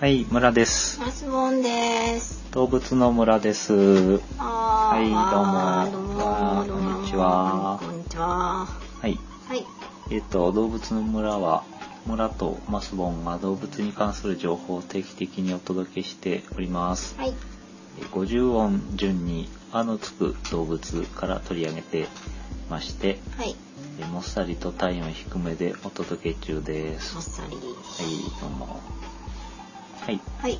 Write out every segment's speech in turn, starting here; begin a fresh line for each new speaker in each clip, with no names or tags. はい、村です。
マスボンです。
動物の村です。
あー
はいどうも
あーどうも
こんにちは
こんにちは。
はい。
はい。
えっ、と、動物の村は、村とマスボンが動物に関する情報を定期的にお届けしております。
はい。
50音順に、あのつく動物から取り上げてまして、
はい。
えもっさりと体温低めでお届け中です。
も
は
っさりです。
い、どうも。はい。
はい。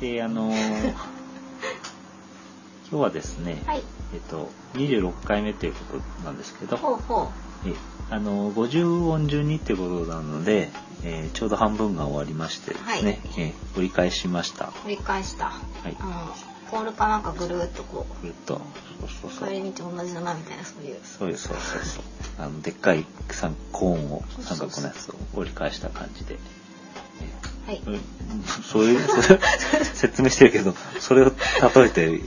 で、あの ー今日はですね、
はい。
えっと、26回目ということなんですけど、
ほうほ
えあの50音順にってことなので、えーちょうど半分が終わりましてですね、えー折り返しました。
う。折り返した。
はい
うん。コールかなんかぐるーっとこ
ぐるっと、そう
う、
そうそう。
帰り道同じだなみたいな、そういう。
そうですそうですそうですあの、でっかい三コーンを、
そうそうそ
三
う
角のやつを折り返した感じで。
は
え。
い
うんそういう、 それ説明してるけど、それを例えて、う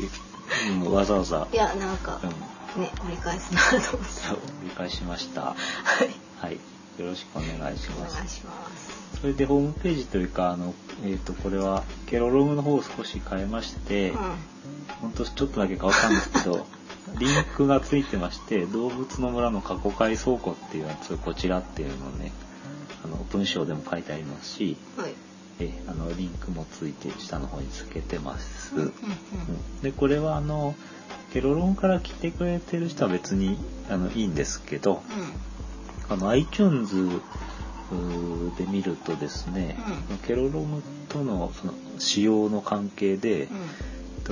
んわざわざ、
いや、なんか
うん、、
ね、折り返すなと思って。
折り返しました。
はい。
はい。よろしくお願いし
お
ます
願い。します。
それでホームページというか、あの、えっ、と、これは、ケロログの方を少し変えまして、
うん。は
ほんとちょっとだけ変わったんですけ ど、リンクがついてまして、動物の村の過去回倉庫っていうやつ、こちらっていうのをね、あの、文章でも書いてありますし、
い。
え、あの、リンクもついて、下の方につけてます。
うんうん
うんで、これはあの、ケロロンから来てくれてる人は別に、あの、いいんですけど、あの iTunes うーで見るとですね、ケロロムとのその使用の関係で、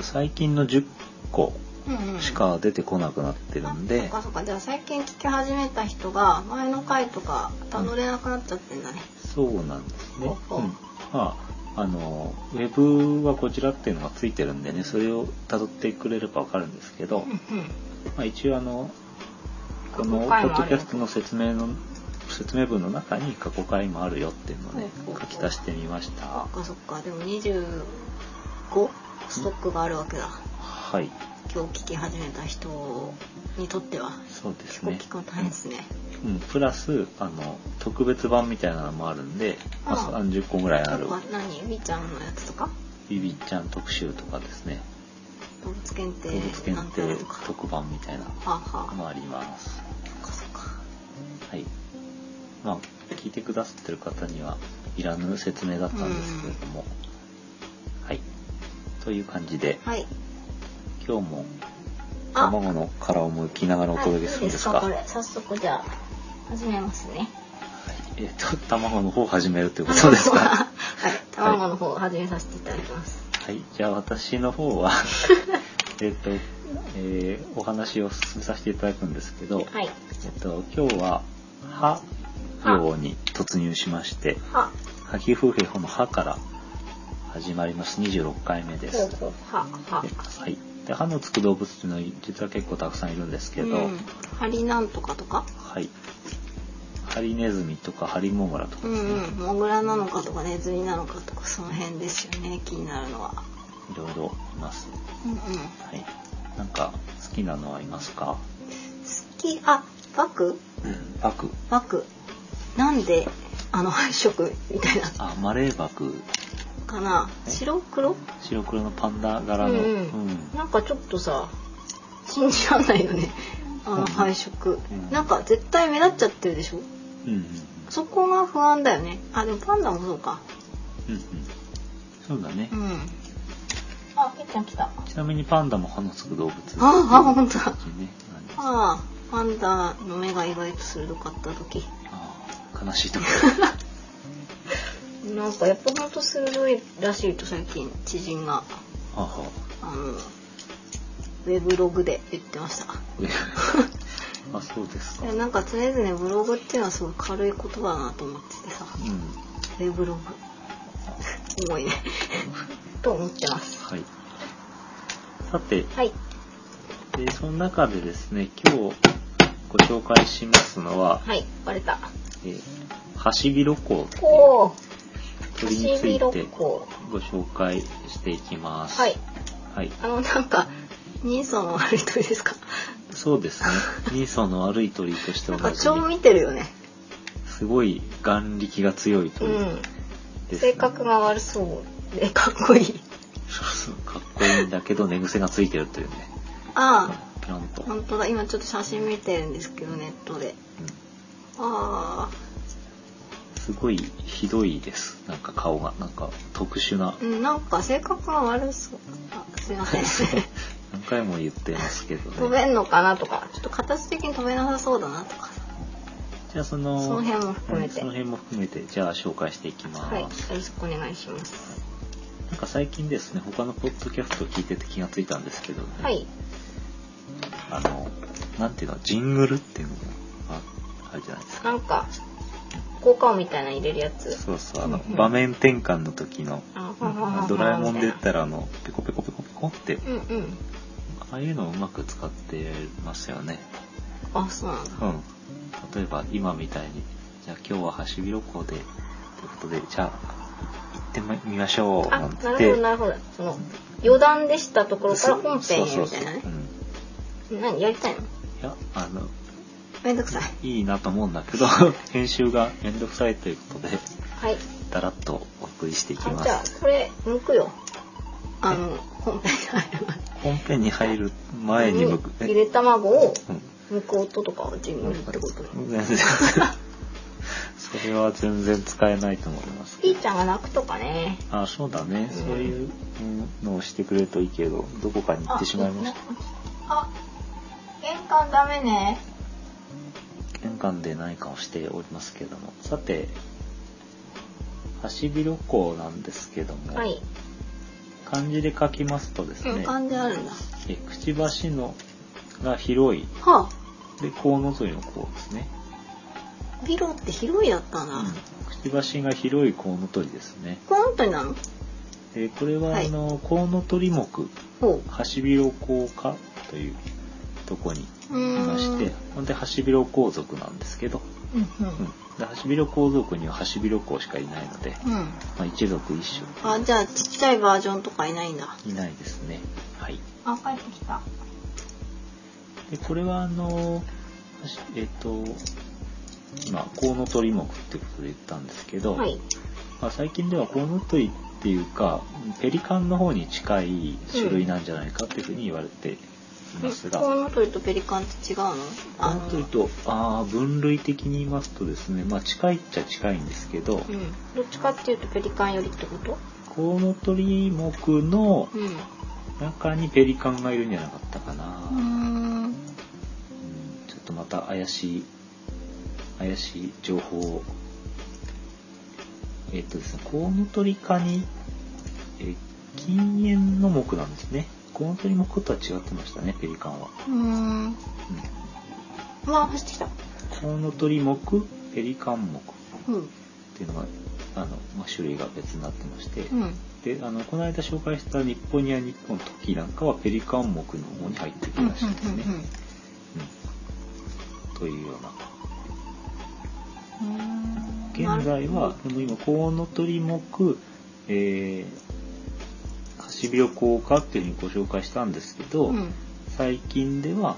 最近の10個
うん。うん。うん。
しか出てこなくなってるん
そっ
で、
かそっかじゃあ最近聞き始めた人が前の回とかたどれなくなっちゃってんだね、
そうなんですね。
ほうほう
うんまああのウェブはこちらっていうのがついてるんでねそれを辿ってくれればわかるんですけど、
うんうん
まあ、一応あのこのポ
過去回
ッド
もあるよ
キャストの説明の説明文の中に過去回もあるよっていうのをね
ほうほうほう
書き足してみました
そっ。かそっかでも25ストックがあるわけだ
はい、
今日聞き始めた人にとっては
そうです
結構
ね
聞。くの大変ですね
うん、プラスあの特別版みたいなのもあるんで、まあ、
ああ
30個ぐらい
あ
あ
と
る
は何みーちゃんのやつとか
ビビちゃん特集とかですね、
動物検
動物
定なん
検
てあ
定
るとかは
特番みたいな
あ、
の
は
もあります。
あ、そっかそっか
はい。まあ聞いてくださってる方にはいらぬ説明だったんですけれども、はい。という感じで
はい
今日も
あ
卵の殻を剥きながらお届けするんですか。
はい、いいですかこれ早速じゃあ始めますね
はいえっと卵の方を始めるということ ですか。
はい、卵の方を始めさせていただきます。
はい、じゃあ私の方 は、えっと、えーお話を進めさせていただくんですけど、
はい。
えっと、今日は、は行に突入しまして、
は、
はきふへほのはから始まります。26回目です。
ほう
で
ほう、は、は。
はい。で、歯のつく動物っていうのは実は結構たくさんいるんですけど、
うん、ハリなんとかとか、
はい。ハリネズミとかハリモグラとか
う
ですね、
んうん、モグラなのかとかネズミなのかとかその辺ですよね、気になるのは。
いろいろいます。
うんうん。好
はい。なんか好きなのはいますか、
き、あ、バク
バク。
バク。なんで、あの配色みたいな、
あ、マレーバク。
かな。白黒
白黒のパンダ柄の、
うんうんなんかちょっとさ、信じらんないよね。あ
うん
の配色、
うん
なんか絶対目立っちゃってるでしょ
うんうん
そこが不安だよね。あ、でもパンダもそうか。
うんうんそうだね、
うん。あ、みっちゃん来た。
ちなみにパンダも歯のつく動物ね
あ、あ、本当だ。
なんです
ああ、パンダの目が意外と鋭かった時。
あー悲し いとこ
なんかやっぱほんと鋭いらしいと最近知人
ろ
が、
あは
あの、ウェブログで言ってま した。
ああそうですか
でなんか常々ブログっていうのはすごい軽い言葉だなと思っててさ、
うん
ウェブログ、重いね。 と思ってます。
はいさて、
はい。
えーその中でですね今日ご紹介しますのは、
はい、バレた。
えーハシビロコウっていう
おお、
鳥につい
ロ
て
コ
ご紹介していきます
はい。
はい
あの、なんか、人相の悪い人ですか。
そうですね。人相の悪い鳥として
な
お
んか、
なじ
超
み。
見てるよね。
すごい眼力が強い鳥。
うん。
ですね
性格が悪そうで かっこいい
そうそうかっこいいんだけど寝癖がついてるというね
あ
ピロンと、
あ
うん
本当だ今ちょっと写真見てるんですけどネットであ
すごいひどいですなんか顔がなんか特殊な
あうんなんか性格が悪そうあすい ません
何回も言ってますけど
飛
ね
べんのかなとかちょっと形的に飛べなさそうだなとか
じゃあその
その辺も含めて
うんその辺も含めてじゃあ紹介していきます、
はいよろしくお願いします
なんか最近ですね他のポッドキャスト聞いてて気がついたんですけどね、
はい
あのなんていうのジングルっていうのがああるじゃないですか
なんか効果音みたいなの入れるやつ
そうそうあの、
うんうん
場面転換の時の
あ
うん
あ
ドラえもんで言ったらあのペコペコペコペコって
うんうん
ああいうのをうまく使ってますよね
あそうなんだ
うん例えば今みたいにじゃあ今日はハシビロコウでということでじゃあ行ってみましょう
あ
なん
なる
て
ほどなるほどその余談でしたところから本編へ
そう
み
そ
た
う
い
そ
な
う、
ね
うん、
何やりたいの
いやあの
めんどくさい
いいなと思うんだ けど編集がめんどくさいということで
はい
だらっとお送りしていき
あ
ま
じゃ
す
あこれ向くよあの本編に入る
本編に入る前に向く
ゆで卵を
うん
向く音とかを自分ってことね
全然それは全然使えないと思います
ピーちゃんが泣くとかね
あそうだね、
う
そ
ん
ういうのをしてくれるといいけどどこかに行ってしまいまし
あ
た
あ玄関ダメね
玄関で何かをしておりますけどもさてハシビロコウなんですけども、
はい
漢字で書きますとです
うん
ね
感じあるんだ
えくちばしのが広い
は
でコウノトリのコウですね、
あビロって広いだったな
くちばしが広いコウノトリですね
本当になの
えーこれは
はい
あの、コウノトリ目
ほ
ハシビロコウ科というとこにいう
うーん
ましてほんでハシビロコウ族なんですけど、
うん
うん、でハシビロコウ族にはハシビロコウしかいないので、
うん、うん
まあ、一族一
あじゃあちっちゃいバージョンとかいないんだ
種いないですねはい
あ帰ってきた
でこれはあのハシえっ、と今コウノトリ目ってことで言ったんですけど、
はい
まあ、最近ではコウノトリっていうかペリカンの方に近い種類なんじゃないかっていうふうに言われていますが、
コウノトリとペリカンって違うの
コウノトリとあー分類的に言いますとですね、まあ、近いっちゃ近いんですけど、
あのうんどっちかっていうとペリカンよりってこと
コウノトリ目の
うんう
中にペリカンがいるんじゃなかったかな、
ーん
うんちょっとまた怪しい怪しい情報をえっ、とですねコウノトリ科に、えー禁煙の目なんですねコウノトリ目とは違ってましたねペリカンは、
うーん
うん
うわ走ってきた
コウノトリ目ペリカン目っ
うん
ていうのがあの、まあ、種類が別になってまして、
うん
であのこの間紹介した日本や日本トキなんかはペリカン目の方に入ってくるらしいですね、うんというような現在は、でも今、コウノトリ目、えー、ハシビロコウ科っていうふうにご紹介したんですけど、
うんうん
最近では、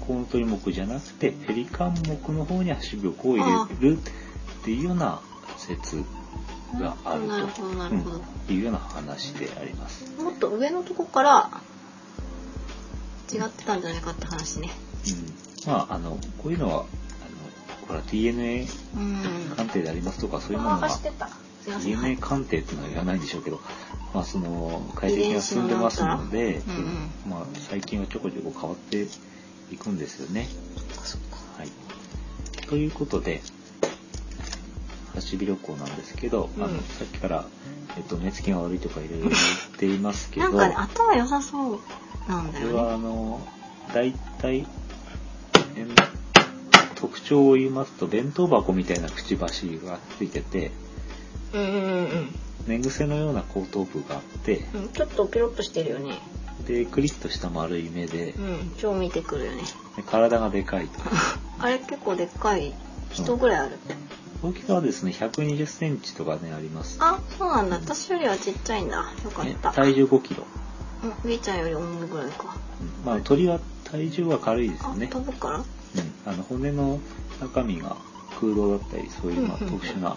コウノトリ目じゃなくて、ペリカン目の方にハシビロコウを入れるっていうような説があると。
なるほどなるほど、
うんいうような話であります。
もっと上のとこから違ってたんじゃないかって話ね
うん、まあ、あの、こういうのは、あの、ほら、DNA
うん
鑑定でありますとか、そういうも
あ
のが、
走ってったすいません
DNA 鑑定っていうのは言わないんでしょうけど、まあ、その解析が進んでますので、
うんうん
まあ、最近はちょこちょこ変わっていくんですよね。はい、ということでハシビロコウなんですけど、
うん
あのさっきから、えっと、目つきが悪いとかいろいろ言っていますけ
な
ど
んかね頭良さそうなんだ
これ
よね
はあの大体えー特徴を言いますと弁当箱みたいなくちばしがついてて
うんうん
寝癖のような後頭部があって
うんうんちょっとピロッとしてるよね
でクリッとした丸い目で
うん超見てくるよ ね
で体がでかいと
あれ結構でっかい人ぐらいある、
大きさはですね1 2 0センチとかねあります
あそうなんだ私よりはちっちゃいんだよかっ
ね
た
体重5キロ、
うんみーちゃんより重いぐらいか
うんまあ鳥は体重は軽いです
あ
よね、
飛ぶから
うん、あの骨の中身が空洞だったりそういうまあ
うんうんうん
特殊な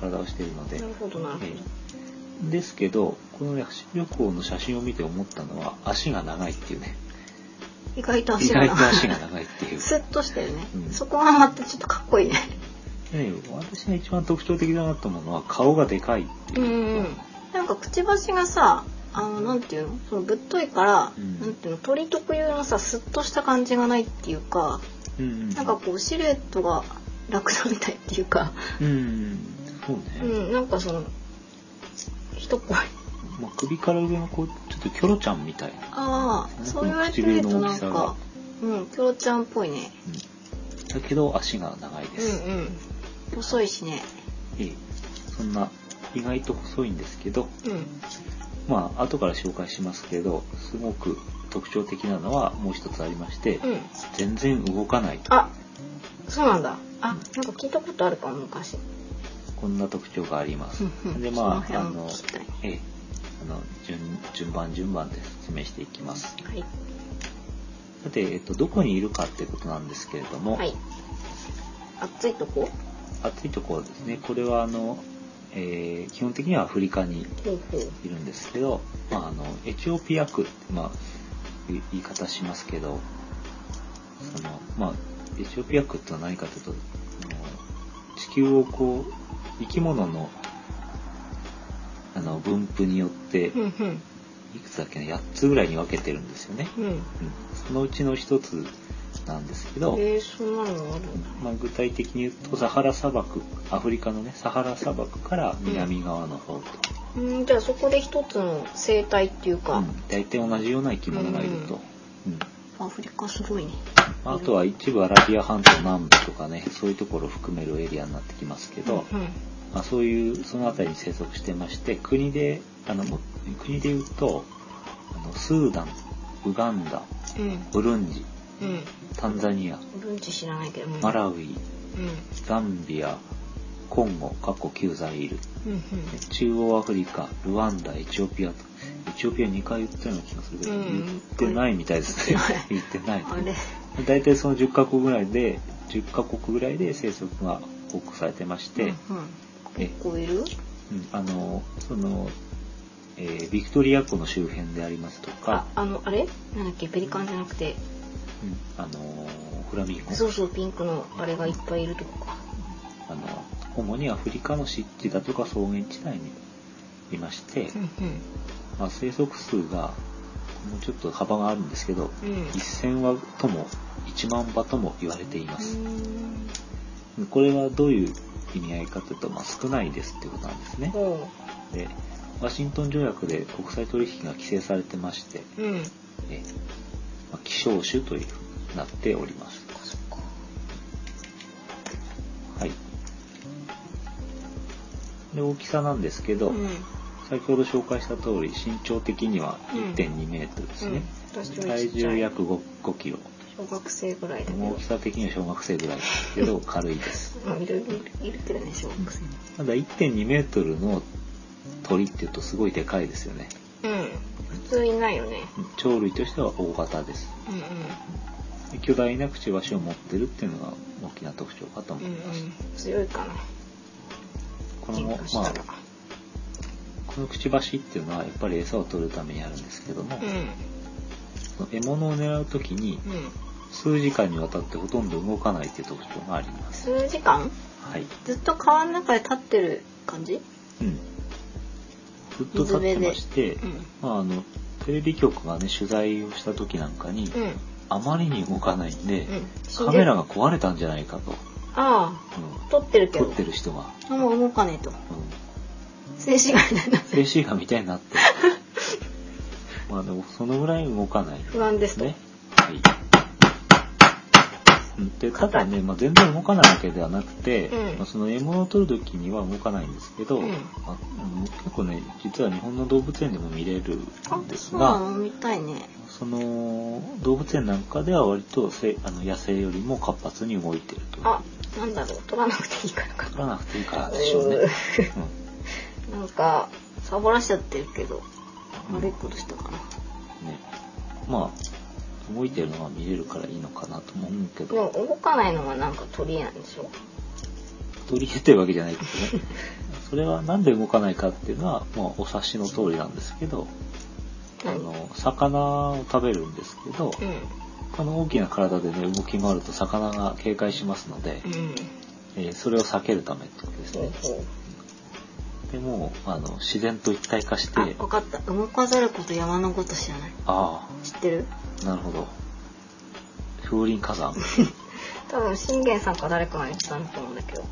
体をしているので
なるほどなるほど
ええですけどこの薬師旅行の写真を見て思ったのは足が長いっていうね
意外と
意
足が
外と
長い
足が長いっていう
スッとしてるね、
うん
そこがまたちょっとかっこいいね
ええ私が一番特徴的だなと思うのは顔がでかいって
う
いう、
んなんかくちばしがさあのなんていうのそのぶっといから、
うん
なんていうの鳥特有のさスッとした感じがないっていうか
うんうん
なんかこうシルエットが楽さみたいっていうか、
うんそうね、
うん、なんかその人っぽい
まあ、首から上のこうちょっとキョロちゃんみたいな、
ああそう言われてみるとなんかうんキョロちゃんっぽいね
うん、だけど足が長いで
う
す、
んうん細いしね
ええそんな意外と細いんですけど
うん
まあ後から紹介しますけどすごく特徴的なのはもう一つありまして、
うん
全然動かない
あそうなんだあなんか聞いたことあるかも昔
こんな特徴があります、
うんうん
でま
そ
ああ
の辺
の
を聞きたい
ええあの順順番順番で説明していきます
はい
さて、えっと、どこにいるかってことなんですけれども、
はい暑いとこ
暑いところですねこれはあの、えー基本的にはアフリカに
ほうほう
いるんですけど、まあ、あのエチオピア区って、まあ、いう言い方しますけどその、まあ、エチオピア区ってのは何かというとあの地球をこう生き物のあの分布によってい
うんうん
くつだっけね8つぐらいに分けてるんですよね、
うん
うん、そのうちの1つなんですけど、
えー、そんなのあるんだ
まあ、具体的に言うとサハラ砂漠アフリカのねサハラ砂漠から南側の方と、
うんじゃあそこで一つの生態っていうか、
うん大体同じような生き物がいると、うん
アフリカすごいね
あとは一部アラビア半島南部とかねそういうところを含めるエリアになってきますけど、
うんうん
まあ、そういうその辺りに生息してまして国であのも国で言うとあのスーダンウガンダ
うん
ブルンジ
うん
タンザニア
文知知らないけど、うん、
マラウイ
う
ザンビアコンゴかっこ旧ザイール
んうん
中央アフリカ、ルワンダ、エチオピアと。エチオピア2回言ったような気がするけど、
うんうん
言ってないみたいですね。 言ってない。
あれ
大体その10カ国ぐらいで、10カ国ぐらいで生息が報告されてまして、
うんうん、
え
結構いる
うんあの、その、えービクトリア湖の周辺でありますとか
あ、あのあれなんだっけペリカンじゃなくて
うんあの、フラミンゴ、
そうそうピンクのあれがいっぱいいるとこか
あの、主にアフリカの湿地だとか草原地帯にいまして、
うん
まあ、生息数が、もうちょっと幅があるんですけど、
うんうん
1000羽とも1万羽とも言われています。
うん
これはどういう意味合いかというと、まあ、少ないですってことなんですね。
ほ
で、ワシントン条約で国際取引が規制されてまして、
ううんそっ
えまあ、希少種というふうになっております。
かそっか
はい。で、大きさなんですけど、
うん
先ほど紹介した通り、身長的には1.2メートルですね。
うん私より
体
ちっちゃい
重約 5, 5キロ。
小学生ぐらいだけど
大きさ的には小学生ぐらいですけ ど、軽いです。
まあいろいろいるけどね小学生
ただ1.2メートルの鳥っていうとすごいでかいですよね。
うん普通いないよね
鳥類としては大型です。
うんうん
巨大なくちばしを持ってるっていうのが大きな特徴かと思
う
い
ん
ま
う
す。
ん強いかな
この、ま
喧嘩した
あ、
ら
このくちばしっていうのはやっぱり餌を取るためにあるんですけども、
う
その獲物を狙うときに
んうん
数時間にわたってほとんど動かないっていう特徴があります。
数時間
はい。
ずっと川の中で立ってる感じ
うん。ずっと立ってまして、
うん
まああの、テレビ局がね、取材をした時なんかに、
うんう
あまりに動かないんで、
ん死ん
カ
で
メ
る
ラが壊れたんじゃないかと、
あ
う
あ撮ってる
ん、
け
撮
ど
ってる人が、
あもう動かねえと
うん、
静止画みたいな
静止画みたいになって まあでもそのぐらい動かない
不安ですと
ね。はいうんでただね、まあ、全然動かないわけではなくて、
うん
まあ、その獲物を取る時には動かないんですけど、
うん
あうん結構ね実は日本の動物園でも見れる
あ
んです
そうな
が
の見たいね
その動物園なんかでは割とせあの野生よりも活発に動いてるという
あなんだろう撮らなくていいからか
取らなくていいからでしょうね。
うん なんかサボらしちゃってるけど
うん
悪いことしたかな
うんね、まあ動いてるのが見れるからいいのかなとも思うけ
でも
ど
動かないのはなんか鳥なんでしょ
取り入れてるわけじゃないけどね それはなんで動かないかっていうのは、まあ、お察しの通りなんですけど、あの、魚を食べるんですけど、
うん
この大きな体でね、動き回ると魚が警戒しますので、
うん
えーそれを避けるためってことです
ほう
ね。
ほう
でもう、あの、自然と一体化して
あ、分かった動かざること山のこと知らない
あ
知ってる
あ、なるほど。風林火山、
多分信玄さんか誰かが言ったんだと思うんだけど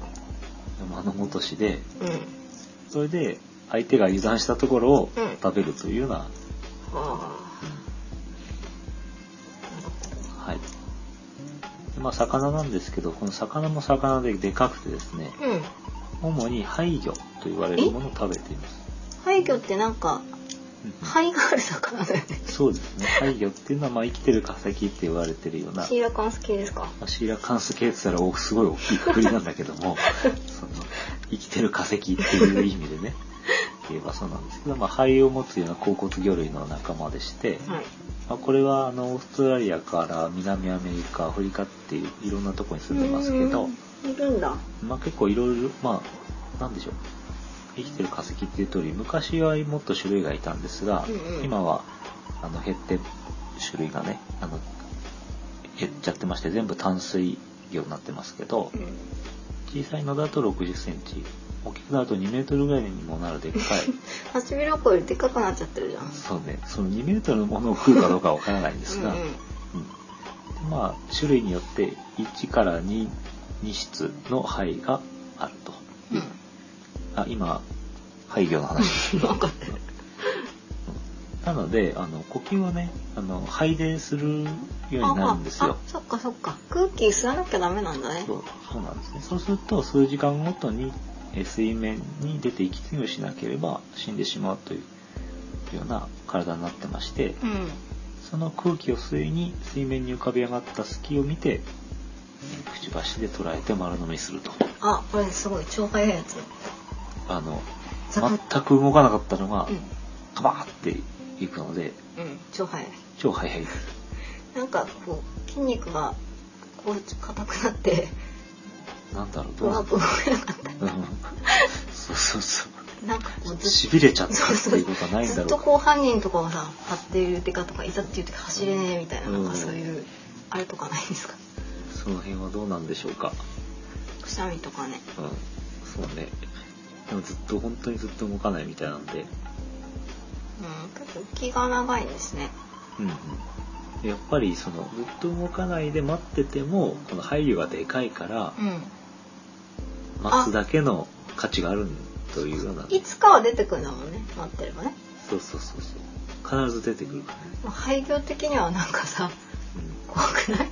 山のごとしで、
うん
それで相手が油断したところを
うん
食べるというような、
は
はい。でまあ、魚なんですけど、この魚も魚ででかくてですね、
あうん
主に廃魚と言われるものを食べています。
廃魚ってなんか
うんうん
肺がある魚だよね
そうですね。廃魚っていうのは、まあ、生きてる化石って言われてるような、
シーラカンス系ですか
まあシーラカンス系って言ったらおすごい大きいくくりなんだけ どもその生きてる化石っていう意味でね言えばそうなんですけど、まあ、肺を持つような甲骨魚類の仲間でして、
はい
まあ、これはあのオーストラリアから南アメリカアフリカっていういろんなとこに住んでますけど、
うんいるんだ
まあ、結構いろいろまあなんでしょう生きてる化石っていう通り昔はもっと種類がいたんですが、
うんうん
今はあの減って種類がねあの減っちゃってまして全部淡水魚になってますけど
うん
小さいのだと6 0センチ大きくなると2メートルぐらいにもなるでっ かい
ハチビロコウよりでっかくなっちゃってるじゃん
そうねその2メートルのものを食うかどうかわからないんですが、
うんうん
うんでまあ種類によって1から2 2室の肺があると。あ、今、廃業の話です けど。
分かっ
なので、あの、呼吸をね、あの、肺でするよう
う
に
んあ
なるんですよ
あ。そっかそっか空気吸わなきゃダメなんだね
そうそうなんですね。そうすると、数時間ごとに、え水面に出て息継ぎをしなければ死んでしまうというような体になってまして、
うん
その空気を吸いに水面に浮かび上がった隙を見て、えくちばしで捉えて丸飲みすると。
あこれすごい超速いやつ
あの、
ザクッ
全く動かなかったのが
う、ん
カバーっていくので、
うん超速い
超速い。
なんかこう筋肉がこう硬くなって
なんだろう、
う
どうな
ま
ん
く
だ
動けなかっ
うんそうそうそう。
たなんかこうずっと
痺れちゃった
そう
って
そう
いうことはないん
ず
だ
っ
ろ
と
うか。
こう犯人とかがさ「張ってる」てかとか「いざっていうてか走れねえ」みたいななんかそういうあれとかないんですか
その辺はどうなんでしょうか。
くしゃみとかね
うん。そうね。でもずっと、本当にずっと動かないみたいなんで。
うん結構気が長いんですね
うんうん。やっぱり、その、ずっと動かないで待ってても、この配慮がでかいから、
うん
待つだけの価値があるというような。
いつかは出てくるんだもんね待ってればね
そうそうそうそう。必ず出てくるからね。
もう廃業的にはなんかさ
うん。
怖くない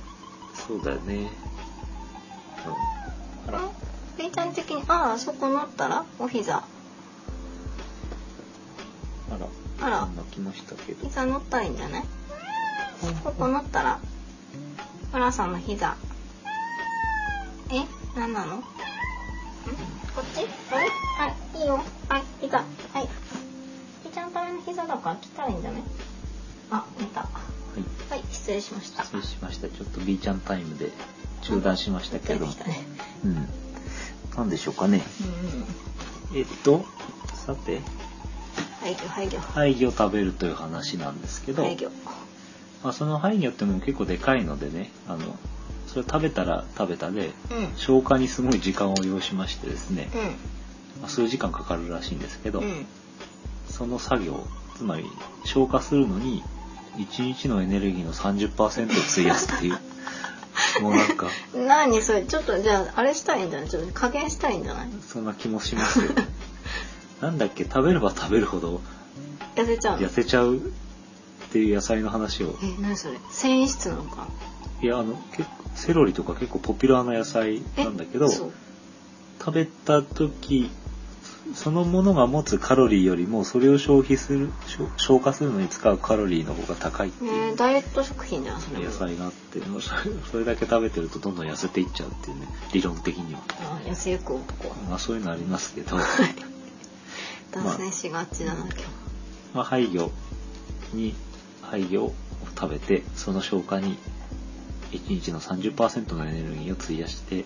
そうだよね。うん。あら。
フィーちゃん的にああそこ乗ったらお膝
あら。
あら
泣きましたけど。
膝乗ったらいいんじゃないここ乗ったらパラさんの膝え何なのんこっちあれはいいいよはい膝はいひーちゃんのための膝だから来たらいいんじゃないあ見たは
はい。
い失礼しました
失礼しました。ちょっと B ちゃんタイムで中断しましたけれども
出てき。たね
うん。なんでしょうかね。
うんうん
えっと、さて、
廃業廃業
廃魚を食べるという話なんですけど、
廃業
まあ、その廃魚ってもう結構でかいのでね、あの、それ食べたら食べたで、
うんうん
消化にすごい時間を要しましてですね、まあ数時間かかるらしいんですけど、
うん
その作業、つまり消化するのに、1日のエネルギーの30%を費やすっていう、もうなんか、
何それちょっとじゃああれしたらいいんじゃないちょっと加減したらいいんじゃない
そんな気もします よね。なんだっけ、食べれば食べるほど
痩せちゃうの
痩せちゃうっていう野菜の話を。
え何それ繊維質なのか
いや、あの、結構、セロリとか結構ポピュラーな野菜
え
なんだけど、
そう
食べた時、そのものが持つカロリーよりも、それを消費する、消消化するのに使うカロリーの方が高いって
え
いう
ー、ダイエット食品じゃんそれも
野菜があって、それそれだけ食べてるとどんどん痩せていっちゃうっていうね、理論的には。
あ痩せゆく男
まあそういうのありますけど。
脱線しがちだな今日、
まあ、廃魚に廃魚を食べてその消化に1日の30%のエネルギーを費やして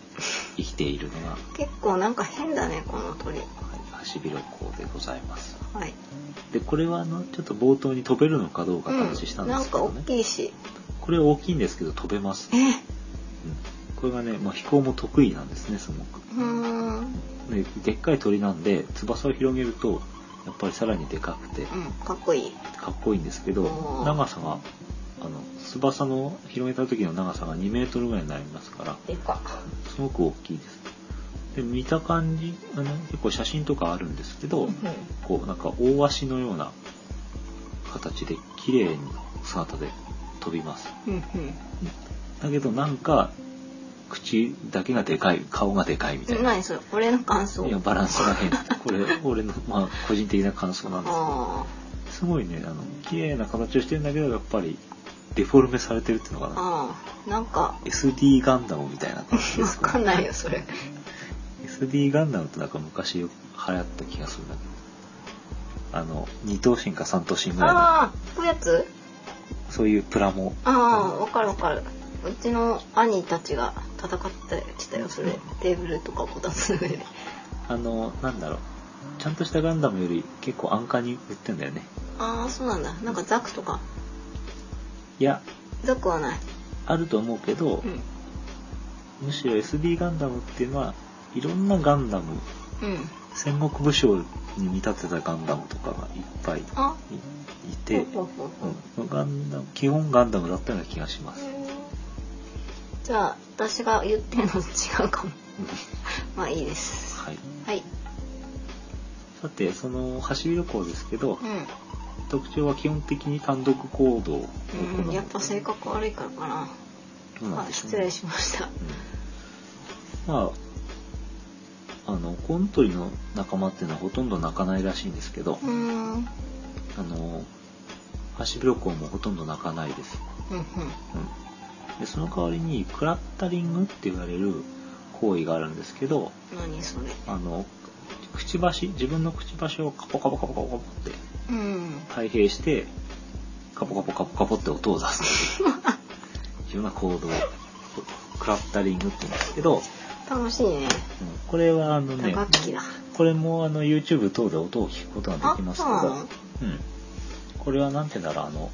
生きているのが
結構なんか変だねこの鳥
はい橋広子でございます。
はい。
で、これはあの、ちょっと冒頭に飛べるのかどうかって話したんで
なん
すけ
か
ど
大
ね。
きいし。
これ大きいんですけど飛べます。
え、
うんこれがね、まあ、飛行も得意なんですね、すごく。
うーん。うん、
ででっかい鳥なんで翼を広げるとやっぱりさらにでかくて
かっこいい。
かっこいいんですけど
うん
長さがあの翼の広げた時の長さが2メートルぐらいになりますから
でか。
すごく大きいですで見た感じあの結構写真とかあるんですけど、
うん
こうなんか大足のような形で綺麗に姿で飛びます
うんうん。
だけどなんか口だけがでかい顔がでかいみたいな
何それ俺の感想
いや、バランスが変。こ れ、俺の、まあ、個人的な感想なんです
あ
けど、すごいね、あの、綺麗な形をしてるんだけど、やっぱり、デフォルメされてるっていうのか
あ
な。
ああなんか
SD ガンダムみたいな感じで
わ
す
か
か、
ん
ね。
ないよそれ
SD ガンダムってなんか昔流行った気がするんだけど、あの、二等身か三等身ぐらいの、
ああこういうやつ
そういうプラモ。
ああわかるわかるうちの兄たちが戦ってきたよそれテーブルとかこたつの上で
あの、なんだろう。ちゃんとしたガンダムより結構安価に売ってんだよね。
ああそうなんだなんかザクとか
いや、
ザクはない
あると思うけど、
う
むしろ SD ガンダムっていうのは、いろんなガンダム
んうん
戦国武将に見立てたガンダムとかがいっぱいい
あ
いて、
ほうほうほう
うんガンダム基本ガンダムだったような気がします。
じゃあ私が言ってるのと違うかもまあいいです
はい、
はい
さてその走り旅行ですけど
う
特徴は基本的に単独行動を
ん、うん、
行
やっぱ性格悪いからかな
うなん
あ
でしょう
失
ね
礼しました
うんまああのコントリの仲間っていうのはほとんど泣かないらしいんですけど
う、ーんうん
あの走り旅行もほとんど泣かないです。
うん
でその代わりにクラッタリングって言われる行為があるんですけど
何それ
あのくちばし自分のくちばしをカポカポカポカポカポって
うん
開閉してカポカポカポカポって音を出すというような行動クラッタリングって言うんですけど、うん
楽しいね
これはあの
打
ね
楽器だ
これもあの YouTube 等で音を聞くことができますけ
あそ
ど
うなの、
うん、これはなんて言うんだろうあの、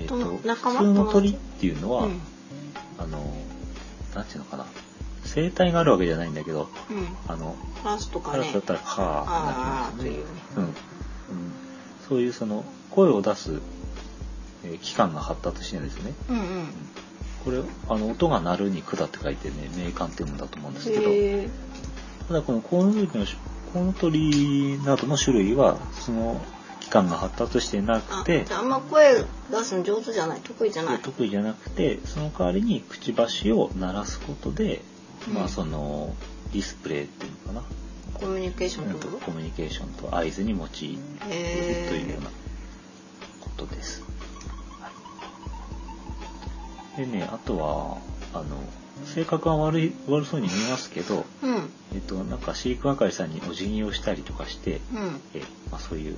えっ
友
と
仲
普
間
通の
友達
鳥っていうの
う
は、
ん
あの、なんていうのかな。生態があるわけじゃないんだけど、
うん
あの、
ラスとか
カラ
ね
スだったら、はー
ああ
って
と
な
いう
り
ね
ますね。うん。うんそういうその、声を出す、えー器官が発達してるんですね。
うんうん
これ、あの、音が鳴るに管って書いてね、鳴管って読むんだと思うんですけど、
へえ
ただこのコウノトリの種、コウノトリなどの種類は、その、器官が発達してな
あ
くて
じ、ゃああんま声出すの上手じゃない得意じゃない
得意じゃなくてその代わりにくちばしを鳴らすことで、
うん
まあそのディスプレイっていうのか
コミュニケーショ
な、
ン
な
っ
ん
て
と
こ
コミュニケーションと合図に用いるとい
とへえ
うようなことです。はいでねあとはあの性格は悪い悪そうに見えますけど、
うん
えっと、なんか飼育係さんにお辞儀をしたりとかして、
うん
えまあ、そういう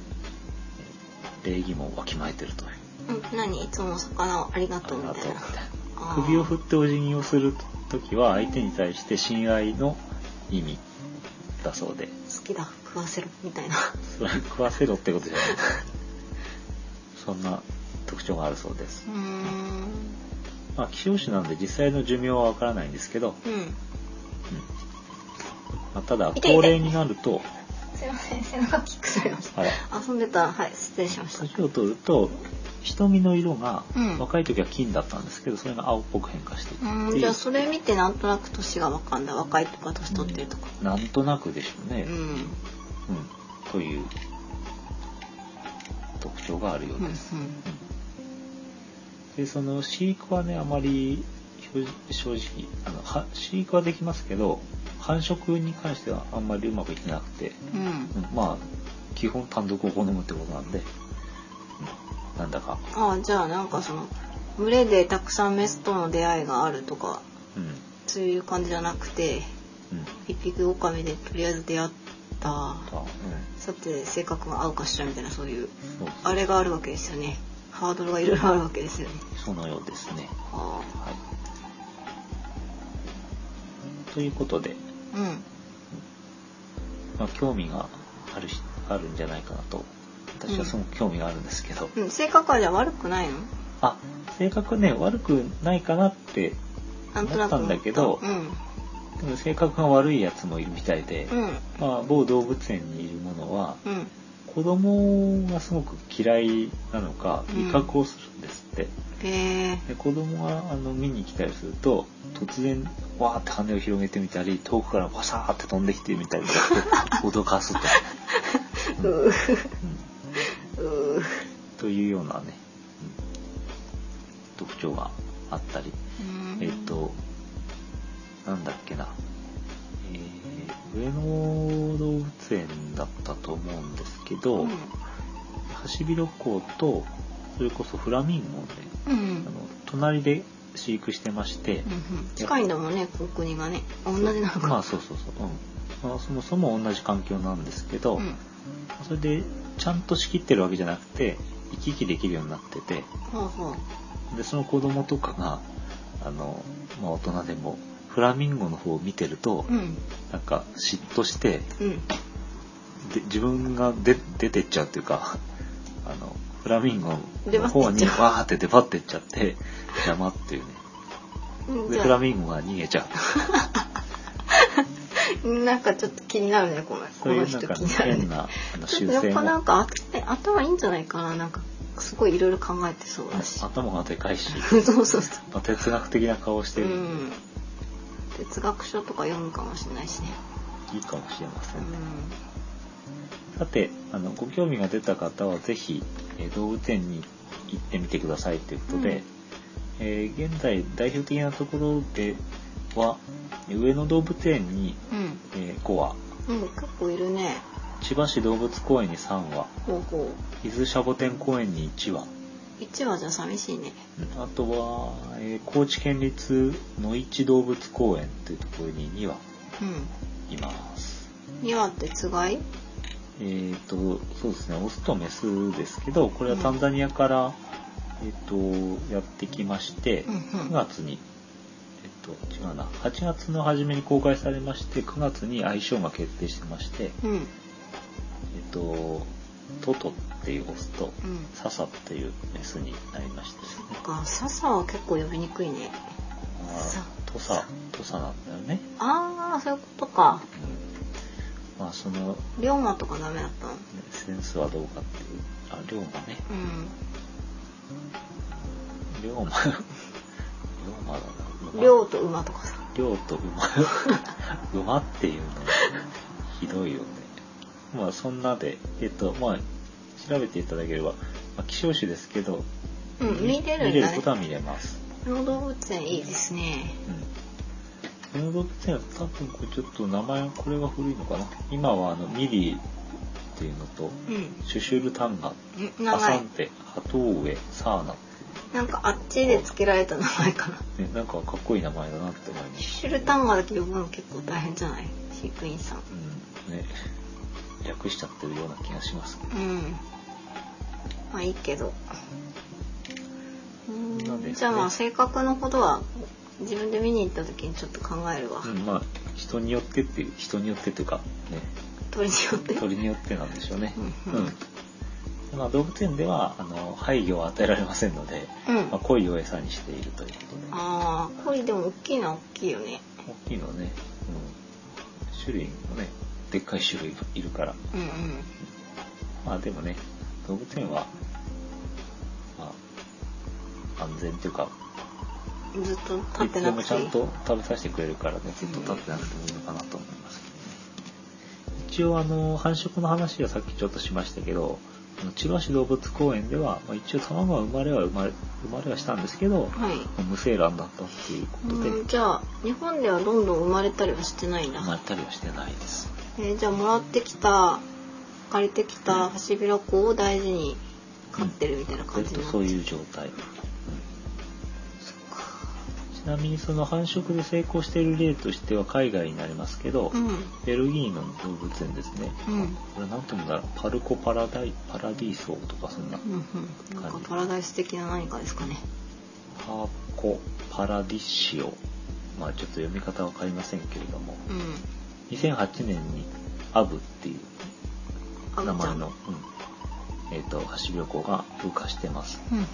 え礼儀もわきまえてるという。
うん何いつも魚をありがとうみたいなあー
首を振ってお辞儀をする時は相手に対して親愛の意味だそうで
好きだ食わせろみたいな
それは食わせろって ことじゃないですそんな特徴があるそうです
うーん
まあ希少種なんで実際の寿命はわからないんですけど、
うん
まあ、ただ
痛い痛い
高齢になると
すいません背中キックされまし
あら
た遊んでたはい失礼しました
年を取ると瞳の色が、
うん
若い時は金だったんですけどそれが青っぽく変化していく
う
っ
ー
て
んじ
い
ゃ
う
あそれ見てなんとなく年がわかんだ若いとか年取ってるとか
なんとなくでしょうね、
うん
うん、という特徴があるよう
うんう
で
ん
す。でその飼育はねあまり正直正直あのは飼育はできますけど繁殖に関してはあんまりうまくいってなくて、
うん
うんまあ基本単独を好むってことなんで、うんなんだか、
ああじゃあなんかその群れでたくさんメスとの出会いがあるとか
うんうん
そういう感じじゃなくて一匹狼でとりあえず出会った
あうん
さて性格が合うかしらみたいなそういう
そう
あれがあるわけですよねハードルがいろいろあるわけですよね
そのようですね。
は
はい、ということで、
あうん
まあ、興味があるしあるんじゃないかなと私はすごく興味があるんですけど、
うん、性格はじゃあ悪くないの
あ性格ね悪くないかなって
なんとなく
思ったんだけど
う
でも性格が悪いやつもいるみたいで、
んうん
まあ、某動物園にいるものは
うん
子供がすごく嫌いなのか
うん
威嚇をするんですって、
へえ
で子供があの見に来たりすると突然わーって羽を広げてみたり遠くからわさーって飛んできてみ たりと脅かすと,、
うううう
うん、というようなね、うん特徴があったりえっとなんだっけな、えー上野動物園だったと思うんですけど、
うん
ハシビロコウとそれこそフラミンゴをね
うん
あ
う
の
ん
隣で飼育してまして、
うん近いんだもんねこう国がね同じなのか
まあそうそうそう、うんまあ、そもそも同じ環境なんですけど、
うん
それでちゃんと仕切ってるわけじゃなくて行き来できるようになってて
ほうほう
でその子供とかがあの、まあ、大人でもフラミンゴの方を見てると、
うん
なんか嫉妬して
うん
で自分が出出てっちゃうっていうかあのフラミンゴ
出
の
張ってっちゃ
方
う
にわーって出張ってっちゃって邪魔っていうね
うん
で
じゃ
フラミンゴが逃げちゃう
あなんかちょっと気になるねこの
そ
こ
うい
の
うな
人
んか
気になる
変
ね
なあの
ち
修
ょっと
正
やっぱなん
も
かあえ頭いいんじゃないかななんかすごいいろいろ考えてそうだし
頭がでかいし、
そうそうそう
まあ、哲学的な顔をして
う
る、
ん哲学書とか読むかもしれないしね
いいかもしれませ
うん
ね、
ん
さてあのご興味が出た方はぜひ、えー動物園に行ってみてくださいということで、
うん
えー現在代表的なところでは上野動物園に、
うん
えー5羽
うん、結構いるね。
千葉市動物公園に3羽
ほうほ
伊豆シャボテン公園に1羽
う。一羽じゃ寂しいね。
うんあとは、えー高知県立野市動物公園というところに2羽
う
います
ん。二羽ってつがい。
えー、とそうですねオスとメスですけどこれはタンザニアから、えー、とやってきまして
うん
9
うん。
月に、えー、と違うな8月の初めに公開されまして9月に相性が決定してまして、
うん。うん。
えー、とトトっていうオスとササっていうメスになりましてですね
なんか、笹は結構呼びにくいね。
あ
サ
ートサトサなんだよね、
ああ、そういうことか。
うん、まあその、ね、
龍馬とかダメだったの。
センスはどうかっていうあ龍馬ね
う
龍馬龍馬だ
ん。
な
龍と馬とかさ。
量と馬馬っていうのはひどいよねまあそんなでえっとまあ調べていただければ、まあ、希少種ですけど、
うん、見れる
見
ん
れる
だね
こ。とは見れます
この動物園いいですね。
うんこの動物園は多分これちょっと名前これが古いのかな今はあのミリーっていうのと
うん。
シュシュルタンガ
ん名
アサ
前
ン。テハトウエサーナ、
なんかあっちで付けられた名前かな。
ね、なんかかっこいい名前だなって思います
シュルタンガだけ呼ぶの結構大変じゃない。飼育員さん。
うんね略しちゃってるような気がします
うん。まあいいけど。う
そうんですね
じゃあまあ性格のことは自分で見に行った時にちょっと考えるわ。
うん、まあ人によってっていう人によってというかね
鳥によって。
鳥によってなんでしょうね
う
うんん、まあ、動物園ではあの配慮を与えられませんので、
うん。
まあ、濃いを餌にしているということで
ああ、恋でも大きいのは大きいよね。
大きいのね、うん、種類もねでっかい種類がいるから
うんうん。
まあでもね動物園はまあ安全というか
ずっと立
い
って
つで
な
も
く
ち
て
ゃ
いい。
んと食べさせてくれるからねずっと立ってなくてもいいのかなと思いますけどね一応あの繁殖の話はさっきちょっとしましたけどあの千葉市動物公園では、まあ、一応卵は生まれは生まれ生まれはしたんですけど
はい。
無精卵だったっていうことで
うん、じゃあ日本ではどんどん生まれたりはしてないんだ
生。まれたりはしてないです
えーじゃあもらってきた借りてきたハシビロコウを大事に飼ってるみたいな
えっ
感じに
と
なっ
そう
て
いう状態、うんちなみにその繁殖で成功している例としては海外になりますけど、
うん
ベルギーの動物園ですね、
うん
これなんていうんだろうパルコパラダイパラディソとかそんな、
うんうん、なんかパラダイス的な何かですかね。
パーコパラディシオまあちょっと読み方わかりませんけれども
うん。
2008年にアブっていう
あ
名
みちゃ
前
ん
の、うんえっとハシビロコウが羽化してます
うんうん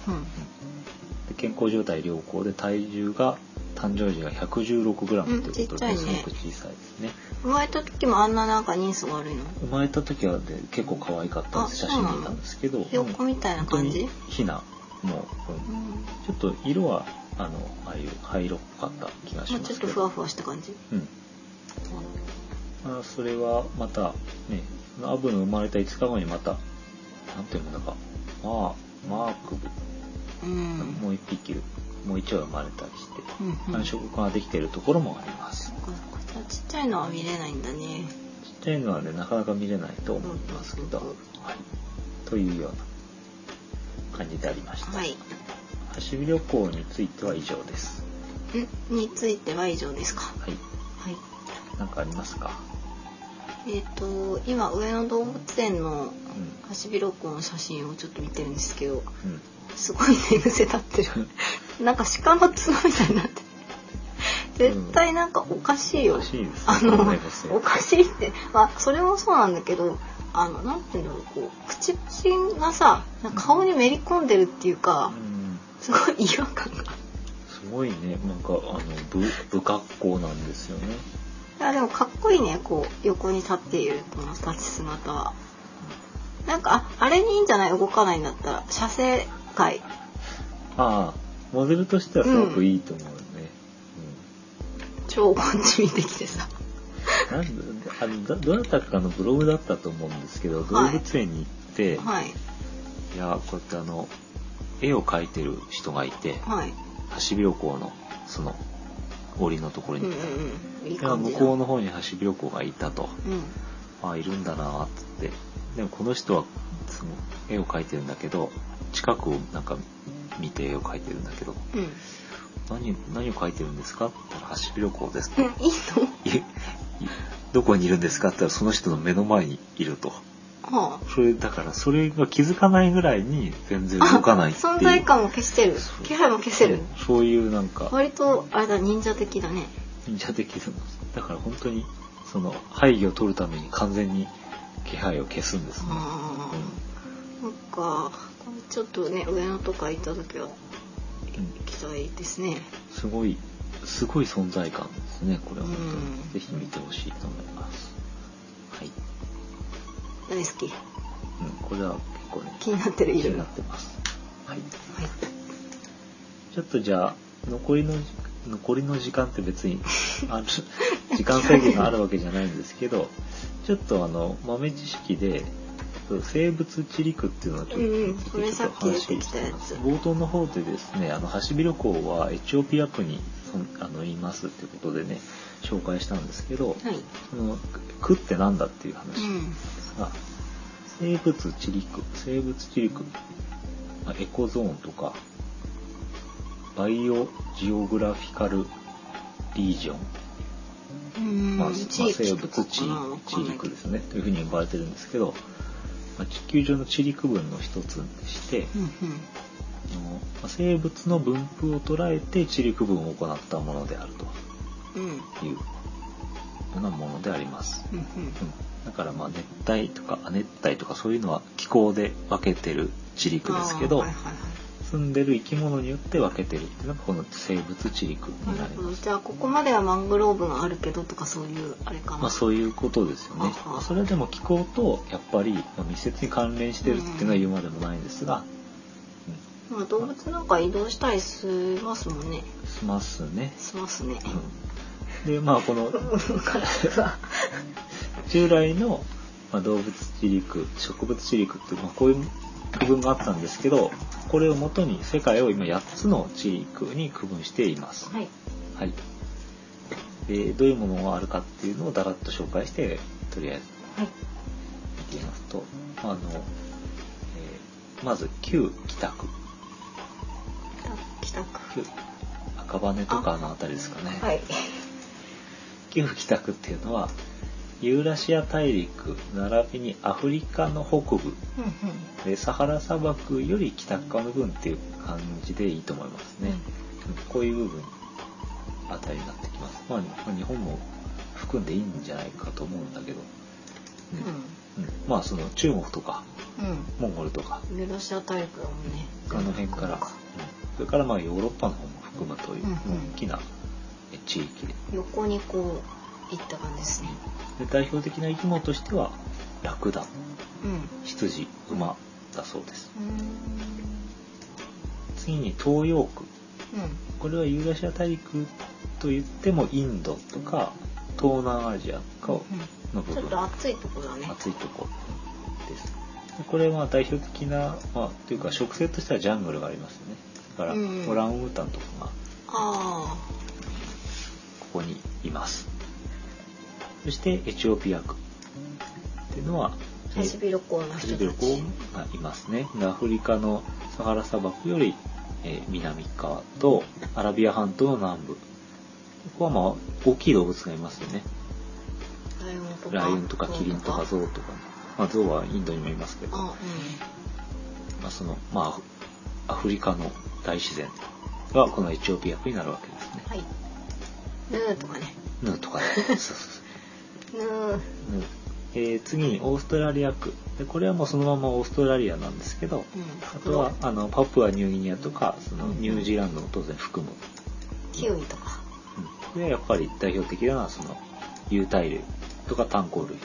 で健康状態良好で体重が誕生時が 116g という
うんち
こ
っ
と
ちゃい
で
ね
すごく小さいですね
生まれた時もあんななんか人相悪いの
生まれた時はで結構可愛かったんです
あ
写
そ
真
うなの
見たんですけど
ひよこみたいな感じ
本当にヒナもう、、
うんんも
ちょっと色はあのああいう灰色っぽかった気がし
う
ま
ちょっ
す
と
け
ふ
ど
わふわした感じ
うんまあ、それはまたねそのアブの生まれた5日後にまたなんていうのかまあマーク
うんうん
もう1匹もう1羽生まれたりして
うん
繁
そっ
殖ができてるところもあります
かそっかちっちゃいのは見れないんだね
ちっちゃいのはねなかなか見れないと思いますけど、
うん
はい、というような感じでありました、
はい
ハシビ旅行については以上です
んについては以上ですか
はい
はい
何かありますか
えっ、と今上野動物園の
う
ハシビロコウの写真をちょっと見てるんですけど
んうん
すごい寝癖立ってる なんか鹿の角みたいになってる絶対なんかおかしいよ、
おかしいです
あ
こ
の
の寝癖
おかしいってまあそれもそうなんだけどあのなんていうんだろうこう口っちがさなんか顔にめり込んでるっていうか
うん
すごい違和感が
すごいねなんかあの不不格好なんですよね
あでもかっこいいねこう横に立っているこの立ち姿はなんかああれにいいんじゃない動かないんだったら写生会
ああモデルとしてはすごくいいと思うよね、
超昆虫見てきてさ
うんなんであのどどなたかのブログだったと思うんですけど動
はい
物園に行って、
はい
いやこうやってあの絵を描いてる人がいて
はい
ハシビロコウのその檻のところ
うん
に
う
来た、
んうんい
いや向
い感じだ
こうの方にハシビロコウがいたと
うん
ああいるんだなーっつってでもこの人はその絵を描いてるんだけど近くをなんか見て絵を描いてるんだけど
うん
何何を描いてるんですかって言ったらハシビロコウですと
うんいいの
いいどこにいるんですかって言ったらその人の目の前にいると
は
それだからそれが気づかないぐらいに全然
あ
動かないっていう
存在感を消してる
そう
気配も消せる
そうそういうなんか
割とあれだ忍者的だね
忍者的なだから本当にその配慮を取るために完全に気配を消すんですね、
ああなんかこれちょっとね上野とか行った時は
うん
行きたいですね
すごいすごい存在感ですねこれは本当に、
うん
ぜひ見てほしいと思いますはい、
大好き
うん、これは結構ね
気になってる
気
色
にな
が
ってますはい
はい
ちょっとじゃあ残りの時残りの時間って別 にあの時間制限があるわけじゃないんですけどちょっとあの豆知識で生物地理区っていうのをちょっと
うんうんそれ
ちょと
さっき出てきたや
話して
つ
ます冒頭の方でですねあのハシビロコウはエチオピア区にそんあのいますってことでね紹介したんですけど
はい
その区ってなんだっていう話
うん
が生物地理区生物地理区まあエコゾーンとかバイオジオグラフィカルリージョン、
うん
まあまあ
地域
生
とか
物
か
地
なわか
地
ん
理
ないけ
区
ど
ですねというふうに呼ばれてるんですけど、まあ地球上の地理区分の一つでして、
うん
あのまあ生物の分布を捉えて地理区分を行ったものである
うんうん
というようなものであります。
うん
だからまあ熱帯とか亜熱帯とかそういうのは気候で分けてる地理
う
区
ん
ですけど、
あーはいはいはい
住んでる生き物によって分けてるっていうのがこの生物地理区に
な
な
る
り
ほど
ます。
じゃあここまではマングローブがあるけどとかそういうあれかな、
まあそういうことですよね
あ。は
まあそれでも気候とやっぱりまあ密接に関連してるっていうのは言うまでもないんですが、
まあ動物なんか移動したりしますもんね
うん、しますね。
しますね、
うん、でまあこの従来の、まあ、動物地理区植物地理区っていう、まあ、こういう区分があったんですけどこれをもとに世界を今8つの地理区に区分しています。
はい
はい、でどういうものがあるかっていうのをだらっと紹介してとりあえず
はい
見てみますとあの、えーまず旧北区
北区
旧赤羽とかのあたりですかね。
はい
旧北区っていうのはユーラシア大陸並びにアフリカの北部
うんうん
でサハラ砂漠より北側の部分っていう感じでいいと思いますね、うんこういう部分あたりになってきますまあ日本も含んでいいんじゃないかと思うんだけど、
うん
うん、まあその中国とか
う
モンゴルとか
ん。ユーラシア大陸もね。
あの辺から、うんそれからまあヨーロッパの方も含むという
うんうん
大きな地域で
横にこう行った感じですね。
で代表的な生き物としてはラクダ
うん。
羊馬だそうです
うーん。
次に東洋区
う
これはユーラシア大陸と言ってもインドとか東南アジアとか
ん。
の
う
部
ん。ちょ
分
っと暑いとこだね。
暑いとこですでこれは代表的な、まあ、というか植生としてはジャングルがありますよねだから
うん
オランウータンとかが
あ
ここにいますそしてエチオピア区っていうのは
あ。
え
ハシビロコウの
ハ
人
シ
たち。
ビロコウがいますねでアフリカのサハラ砂漠より、えー南側とアラビア半島の南部ここはまあ大きい動物がいますよね
ライオンとか。
ライオンとかキリンとかゾウとか、まあ、ゾウはインドにもいますけど
あ、
まあ、そのまあアフアフリカの大自然がこのエチオピア区になるわけですね
うん。。はい。ヌーとかね。
ヌーと かねそうそうそ
ヌー。
うヌーえー次にオーストラリア区でこれはもうそのままオーストラリアなんですけど
うん。
あとはあのパプアニューギニアとかその
うん
ニュージーランドも当然含む、
キウイとか。
うん、でやっぱり代表的なのはその有袋類とか炭鉱類に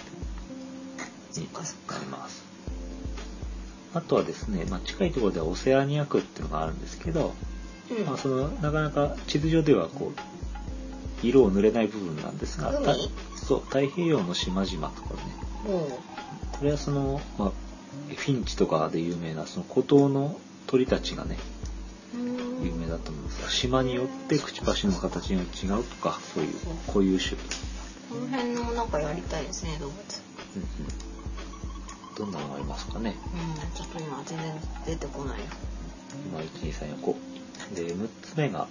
そっかそっ
な
か
り。ますあとはですね、まあ、近いところではオセアニア区っていうのがあるんですけど、
うん。
まあ、そのなかなか地図上ではこう色を塗れない部分なんですが
海
たそう太平洋の島々とかね
もう。
これはその、まあ、フィンチとかで有名なその孤島の鳥たちがね有名だと思うんですが島によってくちばしの形が違うとかそういう固有種、
この辺のなんかやりたいですね、動物。
うんうん、どんなのがありますかね
うん、ちょっと今全然出てこないよ。
今1234横で6つ目が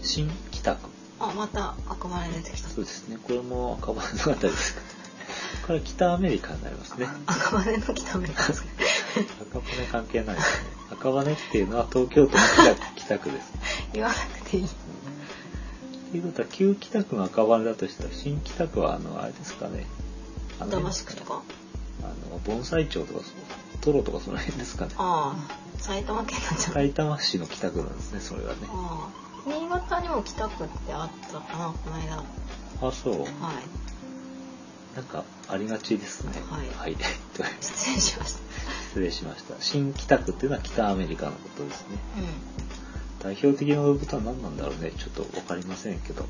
新北区
あ、また赤丸出てきた。
そうですね。これも赤羽のあたりです。これは北アメリカになり ますね。
赤丸の北アメリ カですね。
赤羽関係ないですね。赤羽っていうのは東京都の北北区です。
言わなくていい。
ということは旧北区が赤羽だとしたら新北区はあのあれですかね。あの
騙しくとか。
あの盆栽町とかそうトロとかその辺ですかね。
ああ、埼玉県なんじゃない。
埼玉市の北区なんですね。それはね。
ああ、新潟にも北区ってあったかな、この間。は
あ、そう。
い。
なんかありがちですね。
はい
はい。 という
失礼しました。
失礼しました。新北区っていうのは北アメリカのことですね。
う
代表的な動物は何なんだろうねちょっと分かりませんけど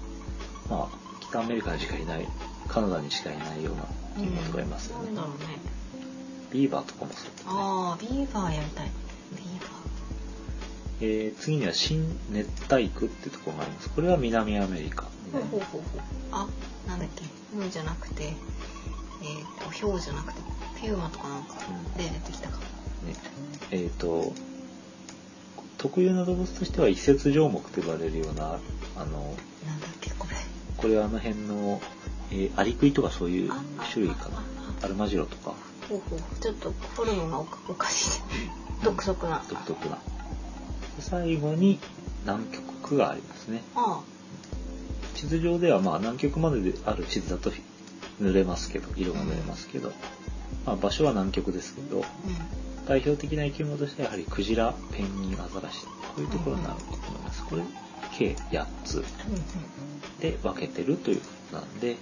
まあ北アメリカにしかいないカナダにしかいないような生
ん。
き物がいますよ
な
ね、
んだろうね。
ビーバーとかもそうだね、
ああ、ビーバーやりたい。ビーバー。
えー次には新熱帯区ってところがありますこれは南アメリカ、
ほうほうほうほう。あ、なんだっけ、ムーじゃなくて、えー、と、ヒョウじゃなくて、ピューマとかなんか
うん
で出てきたか。
ねえっ、と特有な動物としては一節条目と呼ばれるようなあの
なんだっけ、これ。
これはあの辺の、えーアリクイとかそういう
ああ
種類かな
ああ
アルマジロとか
ほうほう。ちょっとフォルムがおかおかしい。独特な。
独特なで最後に南極区がありますね
あ
地図上ではまあ南極までである地図だと濡れますけど色が濡れますけど、まあ、場所は南極ですけど
あ、うん。
代表的な生き物としてはやはりクジラペンギンアザラシこういうところになると思います、これ計8つ
うんうん。
で分けてるということなんで、は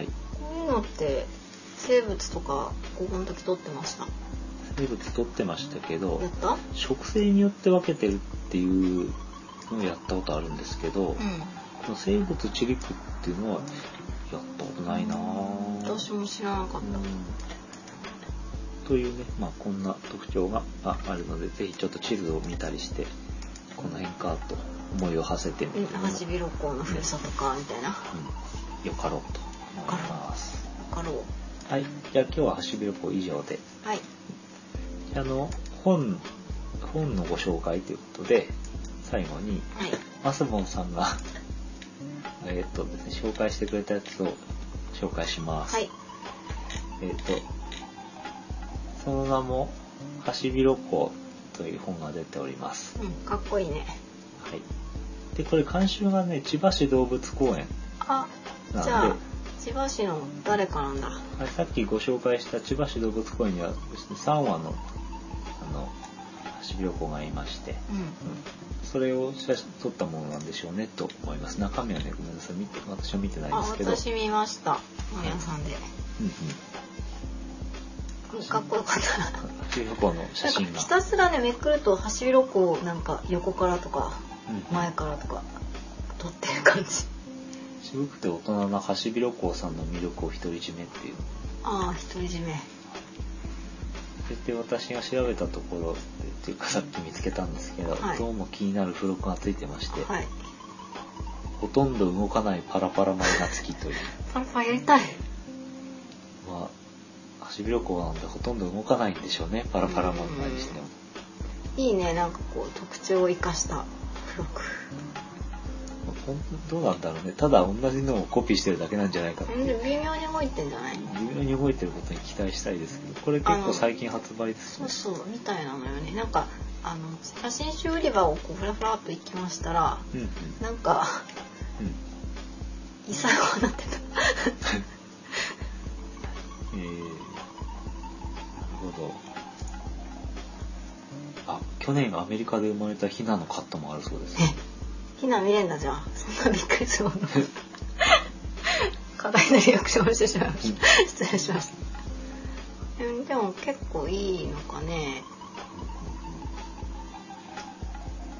い、
こういうのって、生物とか、高校の時撮ってました。や
生物取ってましたけど
ったうん。
植生によって分けてるっていうのをやったことあるんですけど、この生物地理区っていうのはやったことないなぁ
私も知らなかっ
うんというね、まあ、こんな特徴がああるのでぜひちょっと地図を見たりしてこの辺かと思いを馳せてみ
た。
て
うん。
も、うん、
ハシビロコウのふるさとか、みたいな。わ
よかろうと思います。
かろう。
はい、じゃあ今日はハシビロコウ以上で
はい。
あの本本のご紹介ということで最後に
はい。
マスボンさんがえっとですね紹介してくれたやつを紹介します。
はい。
えっ、と、その名も、ハシビロコウという本が出ております。
うん。かっこいいね。
はい。で、これ監修がね、千葉市動物公園
あ、
な
じゃあ
の、
千千葉市の誰かなんだ
はい、さっきご紹介した千葉市動物公園にはですね3羽のあのハシビロコウがいまして、
うん
それを写真撮ったものなんでしょうねと思います中身はねごめんなさい見て私は見てない
あ
ですけど、
私見ました本屋さんで
うんうん、
かっこよかった
ハシビロコウの写
なん
真
か
が
ひたすらねめくるとハシビロコウなんか横からとか
うん
前からとか撮ってる感じ
渋くて大人なハシビロコウさんの魅力を独り占めっていう
ああ独り占め
それで私が調べたところっていうかさっき見つけたんですけど、
はい
どうも気になる付録がついてまして、
はい
ほとんど動かないパラパラマイナツキという
パラパラやりたい
まあ、ハシビロコウなんでほとんど動かないんでしょうね、パラパラ漫画にしても。
いいねなんかこう特徴を生かした付録
まあほんどうなんだろうね、ただ同じのをコピーしてるだけなんじゃないかって
うん
い
で
う
も。微妙に動いてんじゃない
微妙に動いてることに期待したいですけど、これ結構最近発売です
そ
ね
う。そうみたいなのよねなんかあの写真集売り場をこうフラフラっと行きましたら
うんうん
なんか
うん。
異彩を放って た
えー、なるほど。あ、去年アメリカで生まれたヒナのカットもあるそうです。
ひな見れんだじゃんそんなびっくりする もん過大なリアクションをしてしまいました失礼しましたうんでも結構いいのかね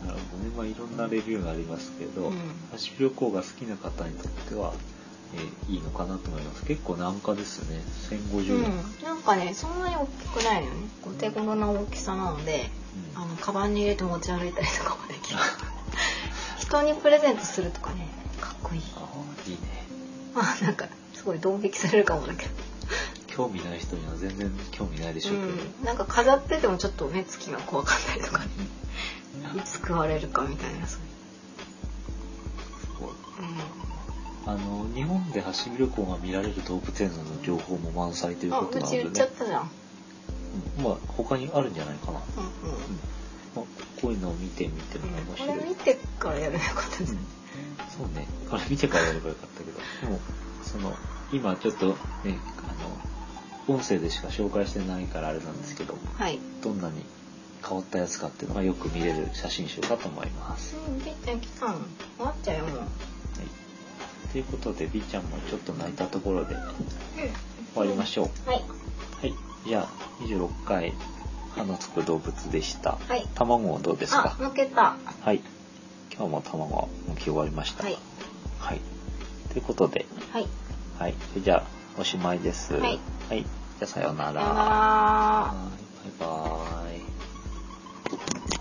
なるほどね、まあ、いろんなレビューがありますけど、
うん
ハシビロコウが好きな方にとっては、えーいいのかなと思います結構南下ですね
う
1050円、うん
んなんかねそんなに大きくないのよねお手頃な大きさなのであのカバンに入れて持ち歩いたりとかもで きる人にプレゼントするとかねかっこいい
あーいいね
まあなんかすごいドン引きされるかもだけど
興味ない人には全然興味ないでしょうけど、
うん、なんか飾っててもちょっと目つきが怖かったりとかねいつ食われるかみたいなそういう
すごい
うん
あの日本でハシビロコウが見られる動物園の情報も満載という
あ
ことな
う
の
ち
で、
言
ね
っちゃったじゃん、
うんまあ他にあるんじゃないかな、まあ、
うん
こういうのを見てみても面
う
白い、
ん、これ見てからやること
う
で
んそうね、あれ見てからやればよかったけど、でも、その、今ちょっとね、あの、音声でしか紹介してないからあれなんですけど、
はい、
どんなに変わったやつかっていうのがよく見れる写真集かと思います。
うん、ピッちゃん来たの終わっちゃうよもう、
はい。ということで、B ちゃんもちょっと泣いたところで終わりましょう。
はい
はい。じゃあ、26回、歯のつく動物でした。
はい
卵はどうです
あ
か
抜けた
はい。今日も卵は剥き終わりました。
はい
はい。ということで、
はい
はい。じゃあ、おしまいです。
はい。
はい、じゃあ、さような
さ
ら。
よなら
はいバイバイ。